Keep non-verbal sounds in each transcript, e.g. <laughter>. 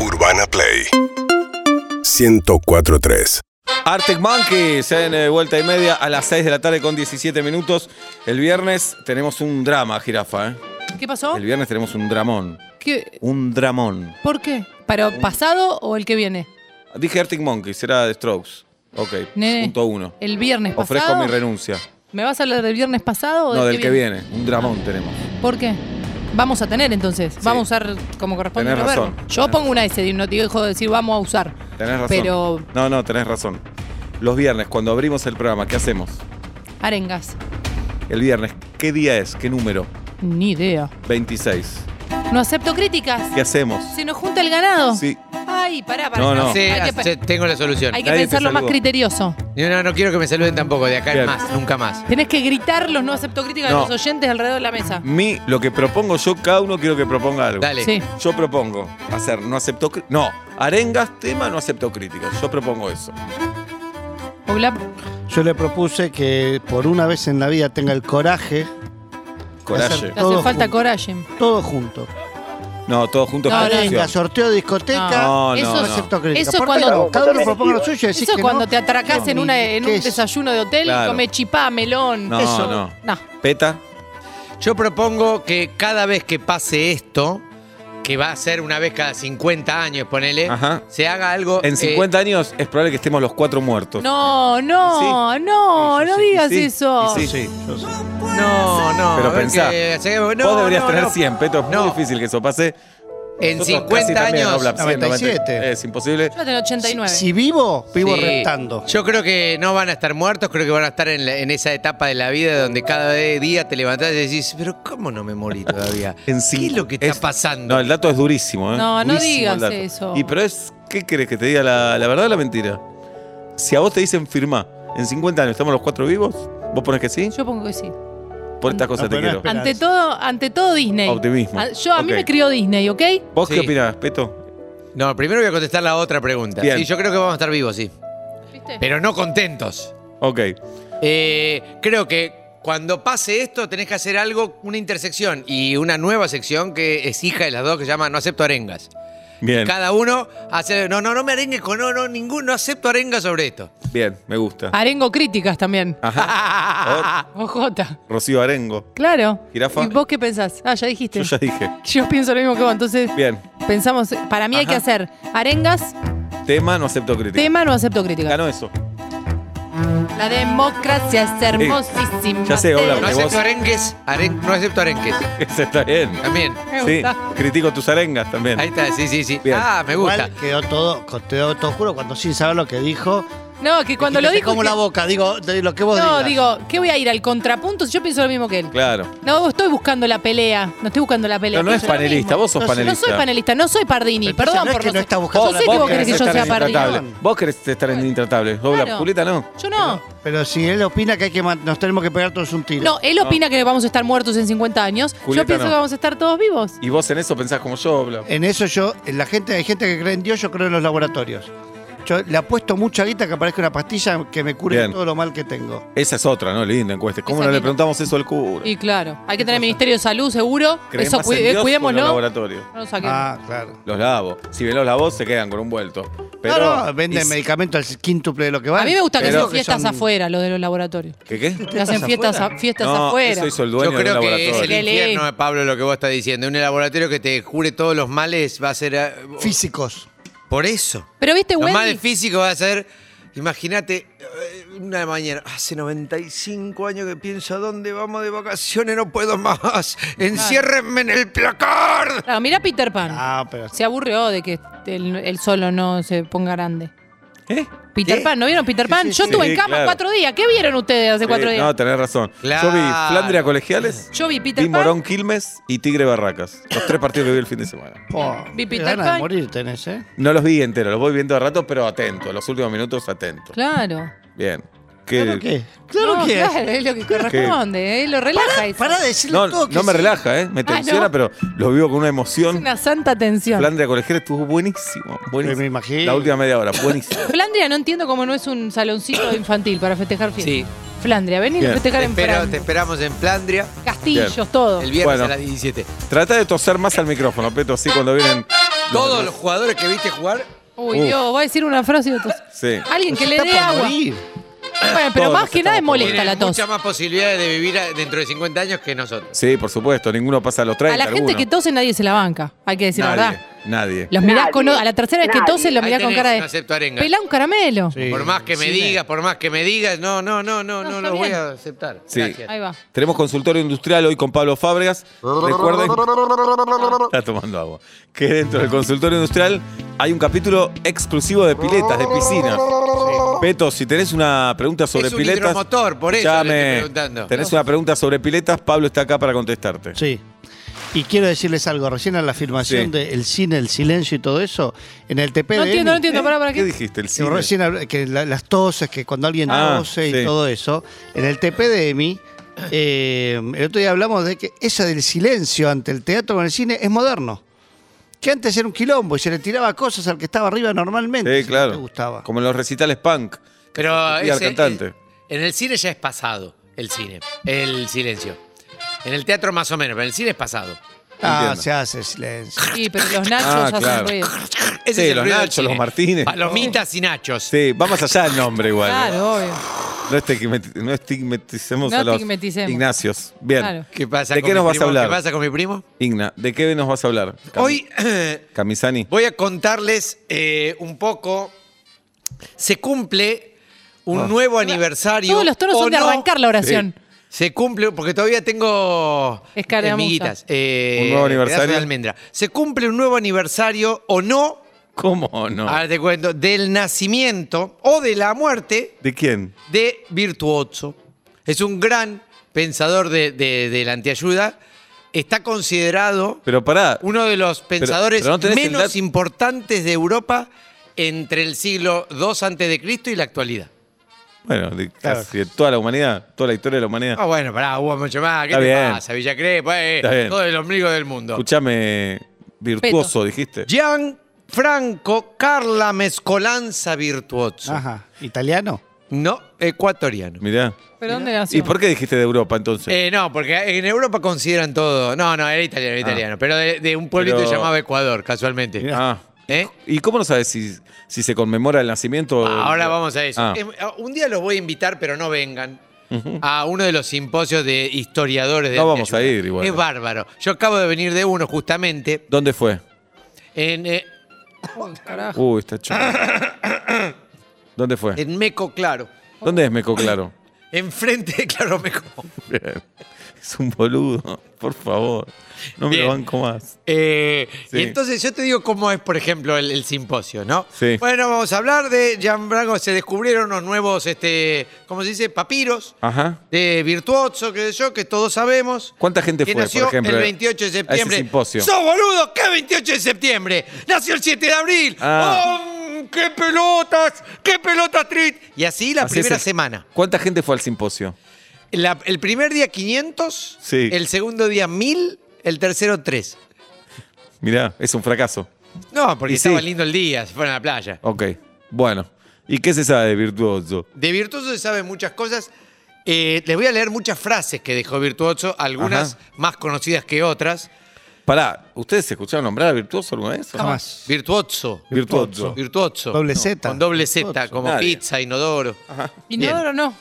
Urbana Play 1043. Arctic Monkeys en eh, vuelta y media a las 6 de la tarde con 17 minutos. El viernes tenemos un drama, jirafa. ¿eh? ¿Qué pasó? El viernes tenemos un dramón. ¿Qué- Un dramón. ¿Por qué? ¿Para pasado o el que viene? Dije Arctic Monkeys, era de Strokes. Ok, Nene. punto uno. ¿El viernes pasado? Ofrezco mi renuncia. ¿Me vas a hablar del viernes pasado o No, del que viene. Un dramón tenemos. ¿Por qué? Vamos a tener entonces. Vamos a usar como corresponde. Tenés Roberto. razón. Yo pongo una S, no te dejo de decir vamos a usar. Tenés razón. Pero No, no, tenés razón. Los viernes, cuando abrimos el programa, ¿qué hacemos? arengas, El viernes, ¿qué día es? ¿Qué número? ni idea. 26. No acepto críticas. ¿Qué hacemos? Se nos junta el ganado. Sí. Ay, pará, pará. No, no. Sí, Hay que, sí, tengo la solución. hay que nadie te pensarlo más saludó. criterioso. Yo No, no quiero que me saluden tampoco, de acá Bien. en más, nunca más. Tenés que gritar los no acepto críticas No. de los oyentes alrededor de la mesa. Mi, lo que propongo yo, cada uno quiero que proponga algo. Dale. Sí. Yo propongo hacer, no acepto. cri- No, arengas, tema, no acepto críticas. Yo propongo eso. Oblap, Yo le propuse que por una vez en la vida tenga el coraje, Coraje. te hace Todos falta juntos. coraje. todo junto. No, todos juntos No, con no, la Venga, acción. sorteo de discoteca, No, no, Eso no. es acepto crítica. Eso ¿Por qué cuando- no? cada uno proponga lo suyo y decís Eso que cuando no. te atracás en, No, una, ni en un queso. desayuno de hotel y Claro. come chipá, melón. No, Eso. no. No. Peta, Yo propongo que cada vez que pase esto, que va a ser una vez cada 50 años, ponele, Ajá. se haga algo. eh, en 50 años es probable que estemos los cuatro muertos. No, no, no, Sí, sí, no sí, digas sí, sí, eso. sí, Sí, yo sé. no, no. Pero a ver pensá, que se- Vos no, deberías no, tener no. 100, Peto. Es muy No. difícil que eso pase. En Nosotros casi 50 también, ¿no, años. Blab? 100, 97. 90. Es imposible. Yo tengo 89. Si, si vivo, vivo Sí. rentando. Yo creo que no van a estar muertos, creo que van a estar en, la- en esa etapa de la vida donde cada día te levantás y decís, pero ¿cómo no me morí todavía? <laughs> En ¿Qué es cinco- lo que está es- pasando? No, el dato es durísimo. ¿eh? No, no Durísimo digas el dato. eso. Y pero es, ¿qué querés que te diga la, la verdad o la mentira? Si a vos te dicen firmá, en 50 años estamos los cuatro vivos, vos pones que sí, Yo pongo que sí. por estas cosas No, te pero no quiero. espera. Ante todo, ante todo Disney. Optimismo. A- Yo a mí Ok. me crió Disney, ¿ok? ¿Vos qué Sí. opinás, Peto? No, primero voy a contestar la otra pregunta. Bien. Sí, yo creo que vamos a estar vivos, sí. ¿Viste? Pero no contentos. Ok. Eh, creo que cuando pase esto tenés que hacer algo, una intersección y una nueva sección que es hija de las dos que se llama No acepto arengas. Bien. Cada uno hace, no, no, no me arengues con, no, no, ninguno, no acepto arengas sobre esto. Bien, me gusta. Ah, Arengo críticas también. Ah. Ajá. Ojota. O- Rocío Arengo. Claro. Jirafa. ¿Y vos qué pensás? Ah, ya dijiste. Yo ya dije. Yo pienso lo mismo que vos. Entonces, Bien. pensamos, para mí hay Ajá. que hacer arengas, Tema, no acepto crítica. tema, no acepto críticas. Ganó eso. <laughs> La democracia es hermosísima. ya sé, hola, No Porque vos- acepto arengues, aren- no acepto arenques. Eso está bien. También. Me Sí. gusta. Critico tus arengas también. Ahí está, sí, sí, sí. Bien. Ah, me gusta. Igual quedó todo, quedó todo oscuro cuando sin saber lo que dijo. No, que cuando lo dijiste digo. como que- la boca, digo, de lo que vos No, digas. digo, ¿qué voy a ir al contrapunto? Si Yo pienso lo mismo que él. Claro. No, estoy buscando la pelea. No estoy buscando la pelea. Pero no es pienso lo panelista, mismo. vos sos No, panelista. No soy panelista, no soy Pardini. Entonces Perdón no es por que no ser- estás buscando Yo la sé que pelea. vos querés que querés yo estar sea intratable. Pardini. Vos querés estar en intratable. Dobla, Claro. Julieta no. Yo no. Pero si él opina que hay que man- nos tenemos que pegar todos un tiro. No, él opina que vamos a estar muertos en 50 años. Julieta, yo pienso no. que vamos a estar todos vivos. Y vos en eso pensás como yo, Bla. Eh. En eso yo, en la gente, hay gente que cree en Dios, yo creo en los laboratorios. Yo le apuesto mucha guita que aparezca una pastilla que me cure Bien. todo lo mal que tengo. Esa es otra, ¿no? Linda encuesta. ¿Cómo Esa no le linda. preguntamos eso al cura? Y claro, hay que tener Ministerio de Salud seguro. Creen Eso más en cuide- Dios cuidémoslo. que en los No laboratorios. lo saquemos. Ah, claro. Los lavo. Si ven los lavos, se quedan con un vuelto. Pero, no, no, venden y- medicamentos al quíntuple de lo que vale. a mí me gusta que Pero- hacen fiestas afuera, lo de los laboratorios. ¿Qué qué? Que hacen fiestas, a- fiestas no, afuera. ¿Eh? Eso hizo el dueño Yo creo del que es el laboratorio. Qué infierno, lindo. Pablo, lo que vos estás diciendo. Un laboratorio que te jure todos los males va a ser... eh, Físicos. Por eso. Pero viste, Lo más Wendy. de físico va a ser, imagínate, eh, una mañana, hace 95 años que pienso, ¿a dónde vamos de vacaciones? No puedo más. Enciérrenme en el placar. Claro, mirá Peter Pan. Ah, pero. Se aburrió de que el, el solo no se ponga grande. ¿Eh? Peter Pan, ¿no vieron Peter Pan? sí, Yo sí. estuve Sí, en cama claro. cuatro días. ¿Qué vieron ustedes hace cuatro Sí, días? No, tenés razón. Yo vi Claro. Flandria Colegiales, Yo vi vi Peter Pan. Morón Quilmes y Tigre Barracas. Los tres partidos que vi el fin de semana. po, Vi qué Peter ganas Pan. de morir tenés, ¿eh? No los vi enteros, los voy viendo a rato, pero atento. Los últimos minutos atento. Claro. Bien. ¿Claro qué? Claro No, que. claro, es lo que corresponde. eh, Lo relaja eso. Pará de decirle No, todo que no me sí. relaja, ¿eh? Me tensiona, Ah, ¿no? pero lo vivo con una emoción. Es una santa tensión. Flandria Colegial estuvo buenísimo. buenísimo. Me imagino. La última media hora, <laughs> buenísimo. Flandria, no entiendo cómo no es un saloncito infantil para festejar fiestas. Flandria, venir Bien. a festejar Te, en espero- te Fran- esperamos en Flandria Castillos, Bien. todo. el viernes Bueno. a las 17. Trata de toser más al micrófono, Peto, así cuando vienen Todos los jugadores que viste jugar, Uy, Uf. Dios, va a decir una frase y otros. Sí. Alguien que Se le está dé por agua. morir. Bueno, pero Todos más nos que estamos nada es por molesta la tienen tos. muchas más posibilidades de vivir a- dentro de 50 años que nosotros. Sí, por supuesto, ninguno pasa a los 30. A la gente alguno. que tose nadie se la banca, hay que decir la nadie, verdad. nadie. Los mirás Nadie, con, a la tercera vez que nadie. tose los Ahí mirás con tenés, cara de. no acepto arenga. Pelá un caramelo. Sí. Por más que me Sí, digas, por más que me digas, no, no, no, No, no, no, no está lo voy bien. a aceptar. Sí. Gracias. Ahí va. Tenemos consultorio industrial hoy con Pablo Fábregas. Recuerden. <laughs> Está tomando agua. Que dentro del consultorio industrial hay un capítulo exclusivo de piletas, de piscinas. Peto, si tenés una pregunta sobre un piletas. hidromotor, por eso llame. le estoy preguntando. Tenés una pregunta sobre piletas, Pablo está acá para contestarte. Sí. Y quiero decirles algo, recién a la afirmación Sí. del cine, el silencio y todo eso, en el TP No de entiendo, no Emi, entiendo. Pará, pará, ¿Qué ¿qué? dijiste? El que cine? recién habl- que la- las toses, que cuando alguien Ah, tose y sí. todo eso, en el TP de Emi, eh, el otro día hablamos de que eso del silencio ante el teatro con el cine es moderno. Que antes era un quilombo y se le tiraba cosas al que estaba arriba normalmente. Sí, si no claro. te gustaba. Como en los recitales punk. Pero Y al ese- eh, cantante. En el cine ya es pasado el cine, el silencio. En el teatro más o menos, pero en el cine es pasado. Ah, Entiendo. se hace silencio. Sí, pero los nachos Ah, hacen claro. ruido. Ese Sí, es el los ruido del nachos, cine. los martínez. Palomitas y nachos. Sí, va más allá el nombre igual. Claro, obvio. No, estigmati- no estigmaticemos No a los estigmaticemos. Ignacios. Bien. Claro. ¿Qué pasa ¿De con qué mi nos vas primo? a hablar? ¿Qué pasa con mi primo? Igna, ¿de qué nos vas a hablar? Cam- Hoy <clears throat> Camisani. voy a contarles eh, un poco. Se cumple Ah. un nuevo aniversario. Todos los tonos o son de no, arrancar la oración. Se cumple, porque todavía tengo Escaramuza. amiguitas. eh, Un nuevo aniversario. pedazo de almendra. Se cumple un nuevo aniversario o no, ¿Cómo no? ahora te cuento, del nacimiento o de la muerte ¿De quién? de Virtuoso. Es un gran pensador de, de- de la antiayuda. Está considerado Pero pará. uno de los pensadores pero no tenés el menos dato. importantes de Europa entre el siglo II antes de Cristo y la actualidad. Bueno, de casi de toda la humanidad, toda la historia de la humanidad. Ah, bueno, pará, hubo mucho más. ¿Qué Está te bien. pasa, Villa Crespa? Eh, Está bien. todo el ombligo del mundo. Escuchame, virtuoso, dijiste. Gianfranco Carla Mezcolanza Virtuoso. Ah. Ajá. ¿Italiano? No, ecuatoriano. Mirá. ¿Pero dónde nació? ¿Y por qué dijiste de Europa entonces? Eh, no, porque en Europa consideran todo. No, no, era italiano, era Ah. italiano. Pero de, de un pueblito Pero- llamado Ecuador, casualmente. ah. ¿Eh? ¿Y cómo no sabes si, si se conmemora el nacimiento? o- Ahora vamos a eso. Ah, Es- un día los voy a invitar, pero no vengan. A uno de los simposios de historiadores de No vamos Antioquia. a ir igual. Es bárbaro. Yo acabo de venir de uno, justamente. ¿Dónde fue? En, eh, Uy, Ah. carajo. Uy, está chulo. <coughs> ¿Dónde fue? en Meco Claro. ¿Dónde es Meco Claro? Enfrente de Claro Meco. Bien. Es un boludo, por favor. No me Bien. lo banco más. Eh, Sí. y entonces yo te digo cómo es, por ejemplo, el, el simposio, ¿no? Sí. Bueno, vamos a hablar de Gianfranco. Se descubrieron unos nuevos, este, ¿cómo se dice? Papiros. Ajá. de Virtuoso, que yo, que todos sabemos. ¿Cuánta gente que fue, nació por ejemplo, el 28 de a ese septiembre. simposio? ¡Sos boludo! ¿Qué 28 de septiembre? Nació el 7 de abril. Ah. ¡Oh, ¡Qué pelotas! ¡Qué pelotas, Trit! Y así la Así es primera el- semana. ¿Cuánta gente fue al simposio? La- el primer día 500, Sí. el segundo día 1000, el tercero 3. Mirá, es un fracaso. No, porque Y estaba sí. lindo el día, se fueron a la playa. Ok, bueno. ¿Y qué se sabe de Virtuoso? De Virtuoso se saben muchas cosas. Eh, les voy a leer muchas frases que dejó Virtuoso, algunas Ajá. más conocidas que otras. Pará, ¿ustedes se escucharon nombrar a Virtuoso alguna vez? o no? Jamás. Virtuoso. Virtuoso. Virtuoso. Doble Z. Con doble Z, como Nadie. pizza, inodoro. Inodoro no.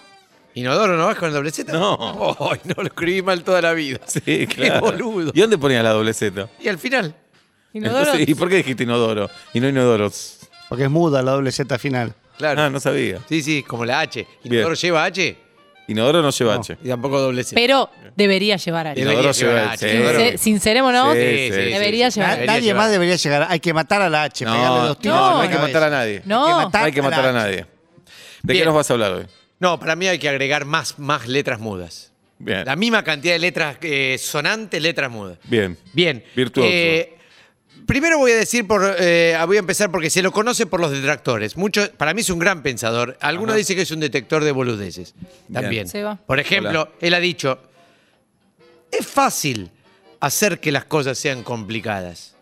¿Inodoro no vas con doble Z? No. Ay, no, lo escribí mal toda la vida. <laughs> Sí, claro. <laughs> Qué boludo. ¿Y dónde ponías la doble Z? Y al final, Inodoro. Entonces, ¿Y por qué dijiste inodoro? Y no inodoros. Porque es muda la doble Z final. claro. Ah, no sabía. Sí, sí, como la H. ¿Inodoro Bien. lleva H? Inodoro no lleva H. Y tampoco doble Z. Pero debería llevar a alguien. Debería Inodoro llevar lleva H, H. inodoro. Se- Sincerémonos, Sí, sí, sí, debería sí. Na- llevar. Debería nadie llevar. más debería llegar. Hay que matar a la H, pegarle dos tiros. no, en la hay que cabeza. matar a nadie. No. Hay que matar, No hay que matar a la H. nadie. ¿De qué Bien. nos vas a hablar hoy? No, para mí hay que agregar más, más letras mudas. Bien. La misma cantidad de letras eh, sonantes, letras mudas. Bien. Bien. Virtuoso. Eh, primero voy a decir, por, eh, voy a empezar porque se lo conoce por los detractores. Mucho, para mí es un gran pensador. Algunos Ajá. dicen que es un detector de boludeces. También. Se va. Por ejemplo, Hola. él ha dicho, es fácil hacer que las cosas sean complicadas.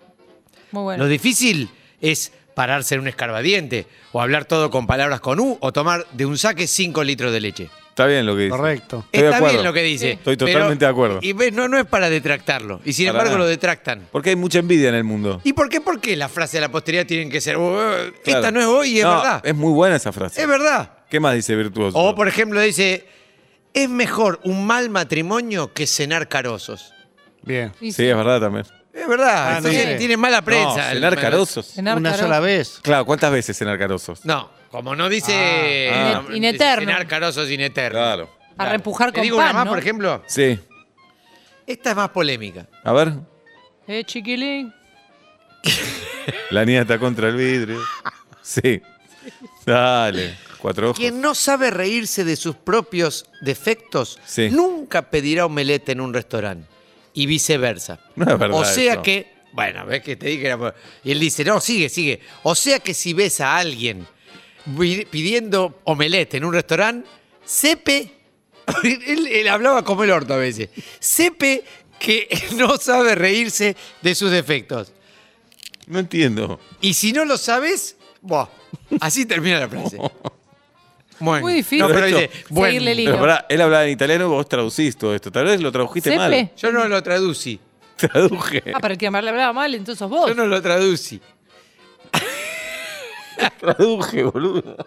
Muy Lo bueno. difícil es pararse en un escarbadiente o hablar todo con palabras con U o tomar de un saque 5 litros de leche. Está bien lo que dice. Correcto. Estoy de Está acuerdo. bien lo que dice. Estoy totalmente de acuerdo. Y ves, no, no es para detractarlo. Y sin Para embargo nada. lo detractan. Porque hay mucha envidia en el mundo. ¿Y por qué? ¿Por qué la frase de la posteridad tienen que ser? "Uh, Esta Claro. no es hoy, es No, verdad. Es muy buena esa frase. Es verdad. ¿Qué más dice Virtuoso? O por ejemplo dice, es mejor un mal matrimonio que cenar carozos. Bien. Y Sí, es verdad también. Es verdad. Ah, no entonces sé. tiene mala prensa. No, el- cenar carozos. cenar Una caro- sola vez. Claro, ¿cuántas veces cenar carozos? No, como no dice Ah. no, In- ineterno. dice Cenar carozos ineterno. Claro. A repujar ¿Te con digo pan, una más, ¿no? por ejemplo. Sí. Esta es más polémica. A ver. Eh, chiquilín. La niña está contra el vidrio. Sí. Dale. Cuatro ojos. Quien no sabe reírse de sus propios defectos Sí. nunca pedirá omelette en un restaurante y viceversa. No es verdad O sea eso. que, bueno, ves que te dije que era por- Y él dice, no, sigue, sigue. O sea que si ves a alguien vi- pidiendo omelette en un restaurante, sepe. <laughs> él, él hablaba como el orto a veces. Sepe que <laughs> no sabe reírse de sus defectos. No entiendo. Y si no lo sabes, buah, así termina la frase. Bueno, Muy difícil. No, pero Pero dice, esto- bueno, Seguirle el hilo. Pero pará, él hablaba en italiano y vos traducís todo esto. Tal vez lo tradujiste Sepe. mal. <laughs> yo no lo traducí. Traduje. Ah, para el que le hablaba mal, entonces sos vos. Yo no lo traducí. Traduje, boludo.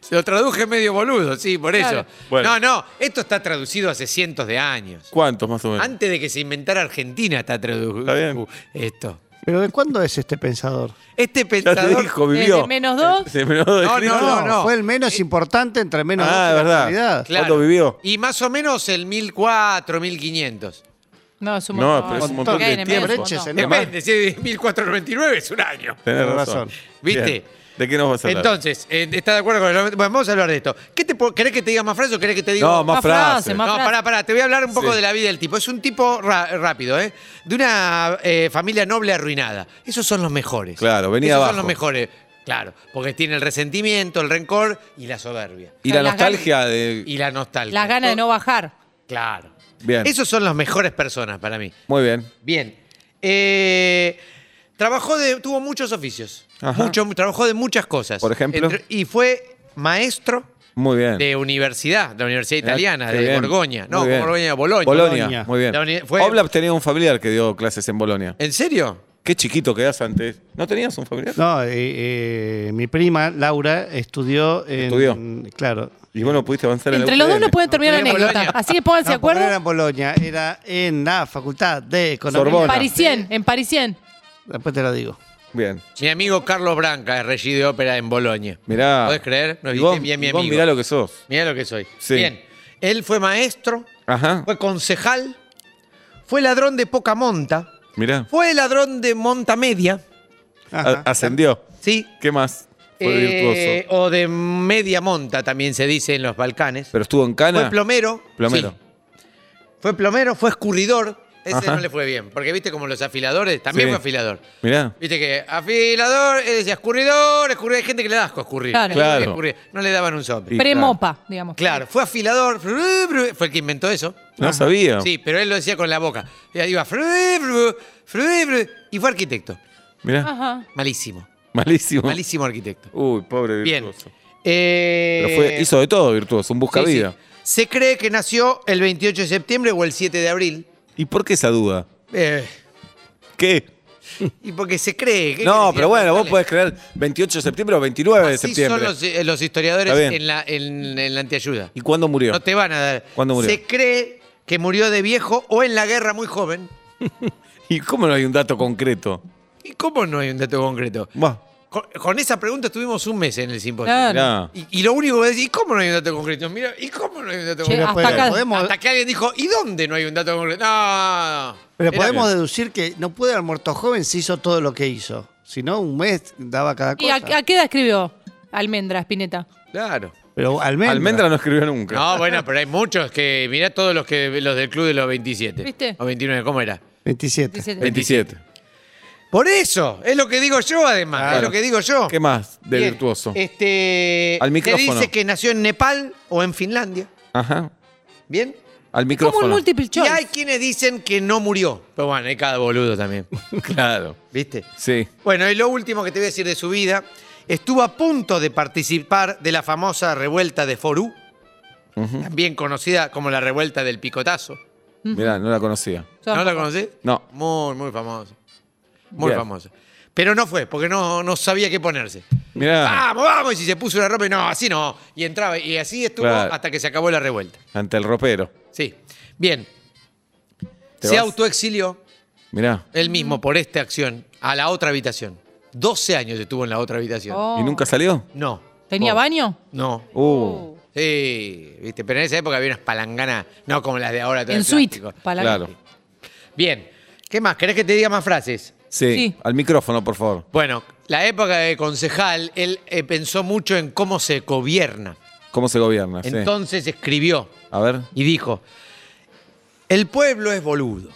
Se lo traduje medio boludo, sí, por eso. Claro. Bueno. No, no, esto está traducido hace cientos de años. ¿Cuántos más o menos? Antes de que se inventara Argentina está traducido Está bien. esto. ¿Pero de cuándo es este pensador? Este Ya te pensador... dijo, vivió. Eh. Desde Eh, menos dos. Desde menos dos de No, Cristo. no, no. Fue el menos importante entre menos Eh, Ah, dos de la verdad. actualidad. Claro. ¿Cuándo vivió? Y más o menos el 1400, 1500. No, es un No, montón. pero es un montón Porque de hay en el tiempo. medio, es un Breches montón. enormes. Depende, si es 1499 es un año. Tenés Tenés razón. razón. ¿Viste? Bien. ¿De qué nos vas a hablar? Entonces, eh, ¿está de acuerdo con el Bueno, vamos a hablar de esto. ¿Qué te, puedo- ¿Querés que te diga más frases o querés que te diga No, más Más frases, frases. más- no, pará, pará, te voy a hablar un poco Sí. de la vida del tipo. Es un tipo ra- rápido, ¿eh? De una eh, familia noble arruinada. Esos son los mejores. Claro, venía Esos abajo. son los mejores, claro. Porque tiene el resentimiento, el rencor y la soberbia. Y la Las nostalgia de... Y la nostalgia. Las ganas de no bajar. Claro. Bien. Esos son las mejores personas para mí. Muy bien. Bien. Eh, trabajó de. tuvo muchos oficios. Ajá. Mucho- trabajó de muchas cosas. Por ejemplo. y fue maestro. Muy bien. De universidad, de la Universidad Mirá, Italiana, qué de bien. Borgoña. No, Muy bien. Borgoña, Bolonia. Bolonia, Bolonia. muy La uni- bien. fue- Oblap tenía un familiar que dio clases en Bolonia. ¿En serio? Qué chiquito quedás antes. ¿No tenías un familiar? No, eh, eh, mi prima, Laura, estudió en... Estudió. Claro. Y vos no pudiste avanzar en Entre la los dos UPN. no pueden terminar la Bolonia. anécdota. Así que pónganse No, de porque acuerdo. no era en Bolonia, era en la Facultad de Economía. Sorbona. En Parisien, en Parisien. Después te lo digo. Bien. Mi amigo Carlos Branca es regi de ópera en Bolonia. Mirá. ¿Podés creer? No, Y viste vos, bien mi y vos amigo. mirá lo que sos. Mirá lo que soy. Sí. Bien. Él fue maestro, Ajá. fue concejal, fue ladrón de poca monta, Mirá. fue ladrón de monta media, Ajá. A- Ascendió. ¿sí? ¿Qué más? Fue Eh, virtuoso. o de media monta también se dice en los Balcanes. Pero estuvo en Cana. Fue plomero. Plomero. Sí. Fue plomero, fue escurridor. Ese Ajá. no le fue bien. Porque viste como los afiladores, también Sí. fue afilador. Mirá. Viste que afilador, él decía escurridor, escurridor. Hay gente que le da asco escurrir. Claro. Claro. Escurrir. No le daban un sope. Sí, Premopa, digamos. Claro, fue afilador, fru- fru- fue el que inventó eso. No sabía. Sí, pero él lo decía con la boca. Y ahí Iba fru- fru- fru- fru- y fue arquitecto. Mirá. Ajá. Malísimo, Malísimo. malísimo arquitecto. Uy, pobre Bien. virtuoso. Eh, Pero fue, hizo de todo virtuoso, un sí, sí. buscavida. Se cree que nació el 28 de septiembre o el 7 de abril. ¿Y por qué esa duda? Eh, ¿Qué? Y porque se cree. ¿qué No, querés pero decir? bueno, vos Dale. podés creer 28 de septiembre o 29 de Así septiembre. son los, eh, los historiadores Está bien. en la, en- en la antiayuda. ¿Y cuándo murió? No te van a dar. ¿Cuándo murió? Se cree que murió de viejo o en la guerra muy joven. ¿Y cómo no hay un dato concreto? ¿Y cómo no hay un dato concreto? Bah, Con, con esa pregunta estuvimos un mes en el simposio. Claro. mirá. Y, y lo único que decís, ¿y cómo no hay un dato concreto? Mira, ¿y cómo no hay un dato Che, ah. concreto? hasta Pero acá. podemos- Hasta que alguien dijo, ¿y dónde no hay un dato concreto? No. Pero Era- podemos deducir que no puede haber muerto joven si hizo todo lo que hizo. Si no, un mes daba cada ¿Y a, cosa. a qué edad escribió Almendra, Spinetta? Claro. Pero almendra. Almendra no escribió nunca. No, bueno, pero hay muchos que. Mirá todos los que los del club de los 27. ¿Viste? O 29, ¿cómo era? 27. Dice- 27. Por eso, es lo que digo yo además, Claro. es lo que digo yo. ¿Qué más de Bien, virtuoso? Este, Al micrófono. Se dice que nació en Nepal o en Finlandia, Ajá. ¿bien? Al Como micrófono. un multiple Y hay choice. quienes dicen que no murió, pero bueno, hay cada boludo también, <laughs> Claro. ¿viste? Sí. Bueno, y lo último que te voy a decir de su vida, estuvo a punto de participar de la famosa revuelta de Forú, también conocida como la revuelta del picotazo. Mirá, no la conocía. ¿No la conocí? No. Muy, muy famosa. Muy Bien. famosa. Pero no fue, porque no, no sabía qué ponerse. Mirá, Vamos, vamos, y si se puso una ropa y no, así no. Y entraba, y así estuvo Claro. hasta que se acabó la revuelta. ante el ropero. Sí. Bien. ¿Te Se vas? autoexilió Mirá. él mismo por esta acción a la otra habitación. 12 años estuvo en la otra habitación. Oh. ¿Y nunca salió? No. ¿Tenía Oh, baño? No. Oh, Uh, Sí, viste, pero en esa época había unas palanganas, no como las de ahora. todas En de suite. plástico. Para la- claro. Bien. ¿Qué más? ¿Querés que te diga más frases? Sí. Sí. al micrófono, por favor. Bueno, la época de concejal, él eh, pensó mucho en cómo se gobierna. ¿Cómo se gobierna? Ah, Sí. Entonces escribió A ver. y dijo, el pueblo es boludo.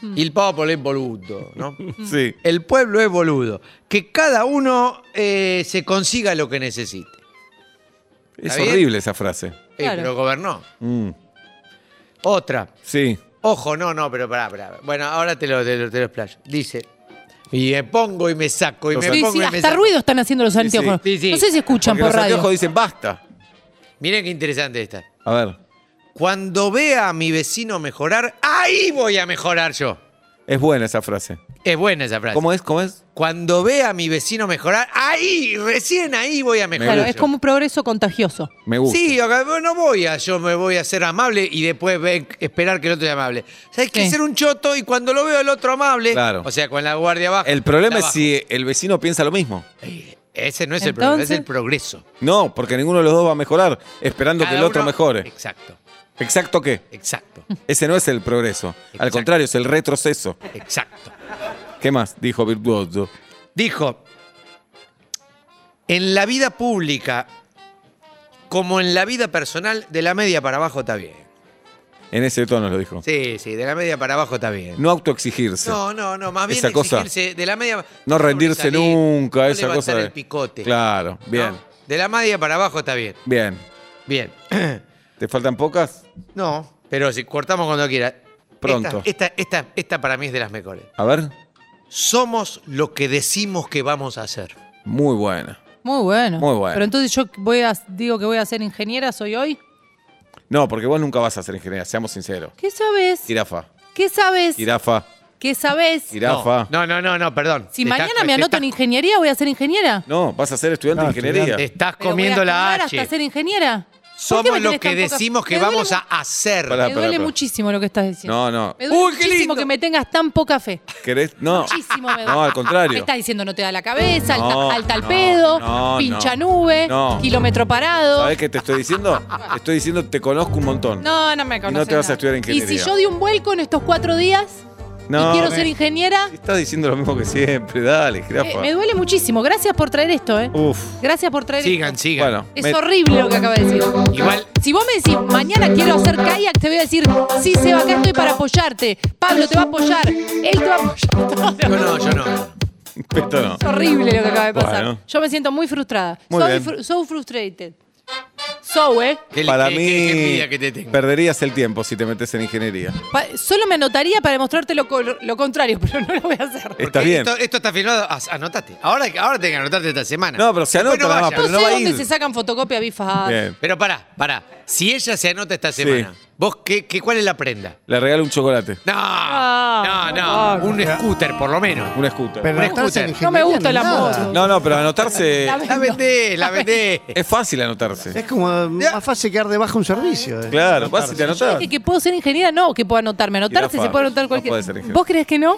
Hmm. Y el pueblo es boludo, ¿no? <laughs> Sí. El pueblo es boludo. Que cada uno eh, se consiga lo que necesite. Es bien? horrible esa frase. Eh, Claro. Pero gobernó. Mm, Otra. Sí. Ojo, no, no, pero pará, pará. Bueno, ahora te lo, te lo, te lo explayo. Dice, y me pongo y me saco, y me Sí, pongo sí, y me hasta saco. ruido están haciendo los anteojos. sí, sí. No sé si escuchan Porque por los radio. anteojos dicen basta. Miren qué interesante esta. A ver. Cuando vea a mi vecino mejorar, ahí voy a mejorar yo. Es buena esa frase. Es buena esa frase. ¿Cómo es? ¿Cómo es? Cuando vea a mi vecino mejorar, ahí, recién ahí voy a mejorar. Claro, gusta. yo. es como un progreso contagioso. Me gusta. Sí, acá, no voy a, yo me voy a ser amable y después ve- esperar que el otro sea amable. ¿Sabes qué? Sí. Ser un choto y cuando lo veo el otro amable, Claro. o sea, con la guardia baja. El problema la es bajo. si el vecino piensa lo mismo. Ese no es el problema, es Entonces- el progreso. No, porque ninguno de los dos va a mejorar, esperando que Cada el otro uno- mejore. Exacto, Exacto qué. exacto, Ese no es el progreso. Al Exacto. contrario, es el retroceso. exacto. ¿Qué más? Dijo Virtuoso. Dijo, en la vida pública, como en la vida personal, de la media para abajo está bien. En ese tono lo dijo. Sí, sí, de la media para abajo está bien. No autoexigirse. No, no, no, más bien Esa cosa. exigirse de la media. No rendirse sobresalir, nunca, no esa cosa. levantar de- el picote. Claro, ¿no? bien, De la media para abajo está bien. bien. <coughs> Bien. ¿Te faltan pocas? No, pero si cortamos cuando quiera. Pronto. Esta, esta, esta, esta para mí es de las mejores. A ver. Somos lo que decimos que vamos a hacer. Muy buena. Muy bueno. Muy bueno. Pero entonces yo voy a, digo que voy a ser ingeniera, soy hoy. No, porque vos nunca vas a ser ingeniera, seamos sinceros. ¿Qué sabes? Jirafa, ¿Qué sabes? jirafa, ¿Qué sabes? jirafa. No, no, no, no, perdón. Si Te mañana estás- me te anoto en estás- ingeniería, voy a ser ingeniera. No, vas a ser estudiante No, de ingeniería. Te estás Pero voy a comiendo la estudiar H. hasta ser ingeniera. ¿Por qué me Somos tenés lo que tan poca- decimos que Me duele vamos a mu- hacer. Pará, Me pará, duele pará. muchísimo lo que estás diciendo. No, no. Me duele Uy, qué muchísimo lindo. que me tengas tan poca fe. ¿Querés? No. Muchísimo me duele. No, al contrario. Me estás diciendo no te da la cabeza, alta- No, alta, al no, pedo, no, pincha no. nube, No. kilómetro parado. ¿Sabés qué te estoy diciendo? Te estoy diciendo te conozco un montón. No, no me conoces. no te vas a nada. estudiar ingeniería. Y si yo di un vuelco en estos cuatro días y quiero me- ser ingeniera, Estás diciendo lo mismo que siempre, dale, eh, jirafa. me duele muchísimo. Gracias por traer esto, ¿eh? Uf. Gracias por traer Sigan, esto. sigan. Bueno. Es me- horrible lo que acaba de decir. Igual, Si vos me decís, mañana quiero hacer kayak, te voy a decir, sí, Seba, acá estoy para apoyarte. Pablo te va a apoyar. Él te va a apoyar. <laughs> yo no, yo no. Esto no. Es horrible lo que acaba de pasar. Bueno. Yo me siento muy frustrada. Muy so, bien. fru- so frustrated. So, ¿eh? Qué- Para qué- mí, qué- qué envidia que te tengo. perderías el tiempo si te metes en ingeniería. Pa- solo me anotaría para demostrarte lo, co- lo contrario, <laughs> pero no lo voy a hacer. Está Porque bien. Esto, esto está filmado. as- Anotate. Ahora, ahora tenés que anotarte esta semana. No, pero se Después anota, no nada más, vaya. pero No no sé va a dónde ir. se sacan fotocopia bifas. Bien. Pero pará, pará. Si ella se anota esta semana, ¿vos qué, qué- cuál es la prenda? Le regalo un chocolate, No, Ah, no, no. Un scooter, por lo menos. un scooter. Pero Un anotarse en scooter. ingeniería No me gusta es la nada. moto. No, no, pero <laughs> anotarse. La- La vendé, la vendé. Es fácil anotarse. Es como más fácil quedar debajo un servicio. eh. Claro, vas y te anotás. Que, que puedo ser ingeniera, no, que puedo anotarme. Anotarse Jirafa, se puede anotar no cualquier. puede ser ingeniero. ¿Vos crees que no?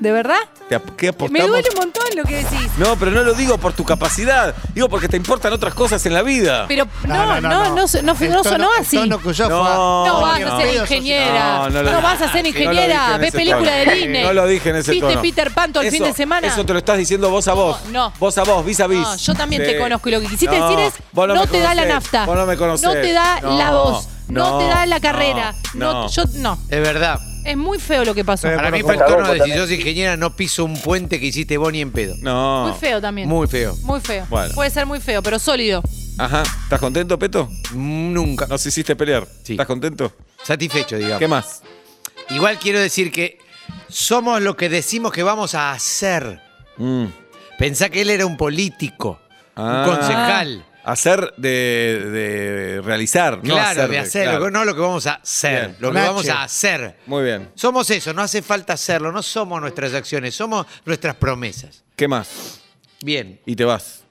¿De verdad? Te ap- ¿Qué Me apostamos? duele un montón lo que decís. No, pero no lo digo por tu capacidad. Digo porque te importan otras cosas en la vida. Pero no, no, no, no, no, El tono- sonó el así. tono que yo No. fue- No vas Dios. a ser Pedo, ingeniera. No, No, no lo- Ah, vas a No ser lo ingeniera. dije en Ves ese tono. película de Disney. No lo dije en ese ¿Viste tono. Peter Pan todo el Eso- fin de semana? Eso te lo estás diciendo vos a vos. No, no. Vos a vos, vis a vis. No, yo también te Sí. conozco y lo que quisiste No, decir es vos no, me te da la conocés, nafta. Vos no me conocés. No te da la No, voz. No, te da la carrera. No, no. yo no. Es verdad. Es muy feo lo que pasó. Pero- Para mí Bueno, fue el como- tono de si sos ingeniera no piso un puente que hiciste vos ni en pedo. No. Muy feo también. Muy feo. Muy feo. Bueno. Puede ser muy feo, pero sólido. Ajá. ¿Estás contento, Peto? Nunca. Nos hiciste pelear. Sí. ¿Estás contento? Satisfecho, digamos. ¿Qué más? Igual quiero decir que somos lo que decimos que vamos a hacer. Mm. Pensá que él era un político, Ah. un concejal. Hacer de, de realizar, no claro, hacer de hacer, lo claro. que- no lo que vamos a hacer, Bien. lo que Nacho. vamos a hacer. Muy bien. Somos eso, no hace falta hacerlo, no somos nuestras acciones, somos nuestras promesas. ¿Qué más? Bien. Y te vas.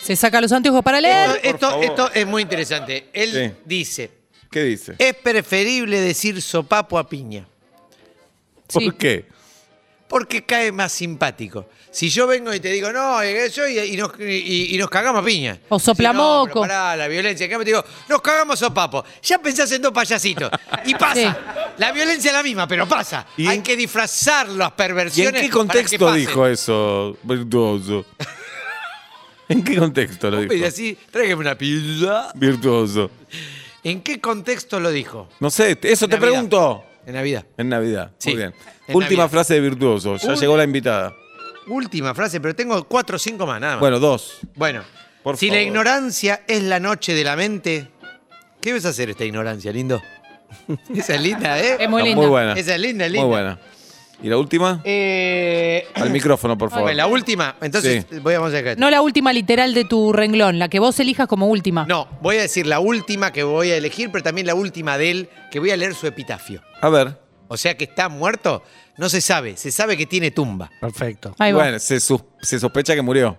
Se saca los anteojos para Esto, leer. esto, favor. esto es muy interesante. Él Sí. dice, ¿Qué dice? es preferible decir sopapo a piña, ¿Por Sí. qué? porque cae más simpático. Si yo vengo y te digo, no, eh, yo y, y nos, y- y nos cagamos a piña. O Si, "No, pero soplamoco". pará, la violencia. Acá me te digo, nos cagamos sopapo. Ya pensás en dos payasitos. Y pasa. Sí. La violencia es la misma, pero pasa. ¿Y Hay en- que disfrazar las ¿Y en qué perversiones. para que contexto pasen. dijo eso, <laughs> virtuoso? ¿En qué contexto lo Y dijo? así, tráigame una pizza. Virtuoso. ¿En qué contexto lo dijo? No sé, te- eso te Navidad. pregunto. En Navidad. En Navidad. Sí, Muy bien. en Última Navidad. frase de virtuoso. Ya Uy. llegó la invitada. Última frase, pero tengo cuatro o cinco más, nada más. Bueno, dos. Bueno, Por si la favor. ignorancia es la noche de la mente, ¿qué ves a hacer esta ignorancia, lindo? <laughs> Esa es linda, ¿eh? Es muy Está linda. Muy buena. Esa es linda, es Muy linda. buena. ¿Y la última? Eh, Al micrófono, por favor. bueno, la última, entonces Sí. voy a vamos a dejar- No la última literal de tu renglón, la que vos elijas como última. No, voy a decir la última que voy a elegir, pero también la última de él, que voy a leer su epitafio. A ver. O sea que está muerto, no se sabe, se sabe que tiene tumba. Perfecto. Ahí va. Bueno, se, sus- se sospecha que murió.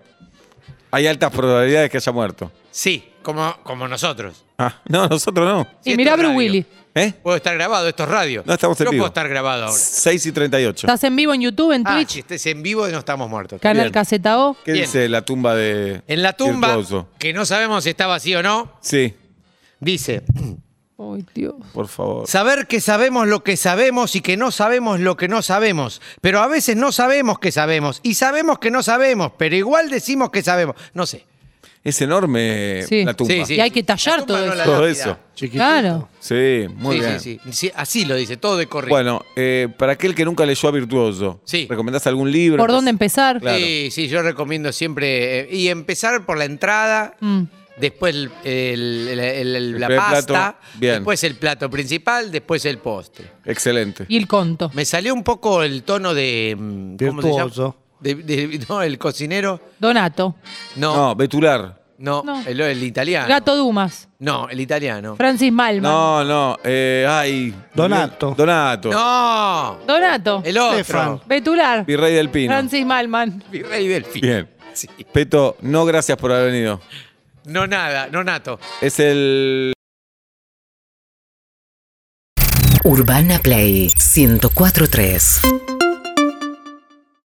Hay altas probabilidades que haya muerto. Sí, como, como nosotros. Ah, no, nosotros no. Sí, y mirá a esto es Bruce radio. Willis. ¿Eh? Puedo estar grabado, esto es radio. No, estamos en Yo vivo. puedo estar grabado ahora. 6 y 38. ¿Estás en vivo en YouTube, en Ah, Twitch? si estés en vivo, no estamos muertos. Canal Bien. Caseta O. ¿Qué Bien. dice la tumba de En la tumba, Virtuoso? que no sabemos si está vacío o no, Sí, dice, Ay, Dios. por favor. saber que sabemos lo que sabemos y que no sabemos lo que no sabemos, pero a veces no sabemos que sabemos y sabemos que no sabemos, pero igual decimos que sabemos. No sé. Es enorme Sí. la tumba. Sí, sí. Y hay que tallar La tumba todo no la eso. Todo lápida. eso. Chiquitito. Claro. Sí, muy sí, bien. sí, sí, Sí, Así lo dice, todo de corrido. Bueno, eh, para aquel que nunca leyó a Virtuoso, Sí. ¿recomendás algún libro? ¿Por dónde empezar? Claro. Sí, sí, yo recomiendo siempre. eh, y empezar por la entrada, Mm. después el- el- el- el- la primer pasta, plato, bien. después el plato principal, después el postre. Excelente. Y el conto. Me salió un poco el tono de. mm, ¿Cómo se llama? Virtuoso. De- de- no, el cocinero. Donato. Ah, No, No, Betular. no, No. El, el italiano. Gato Dumas. No, el italiano. Francis Malman. No, no. eh, ay. Donato. Donato. No, Donato. el otro. Stefan. Betular. Virrey del Pino. Francis Malman. Virrey del fin. Bien. Sí. Peto, no gracias por haber venido. No nada, no nato. Es el Urbana Play 1043.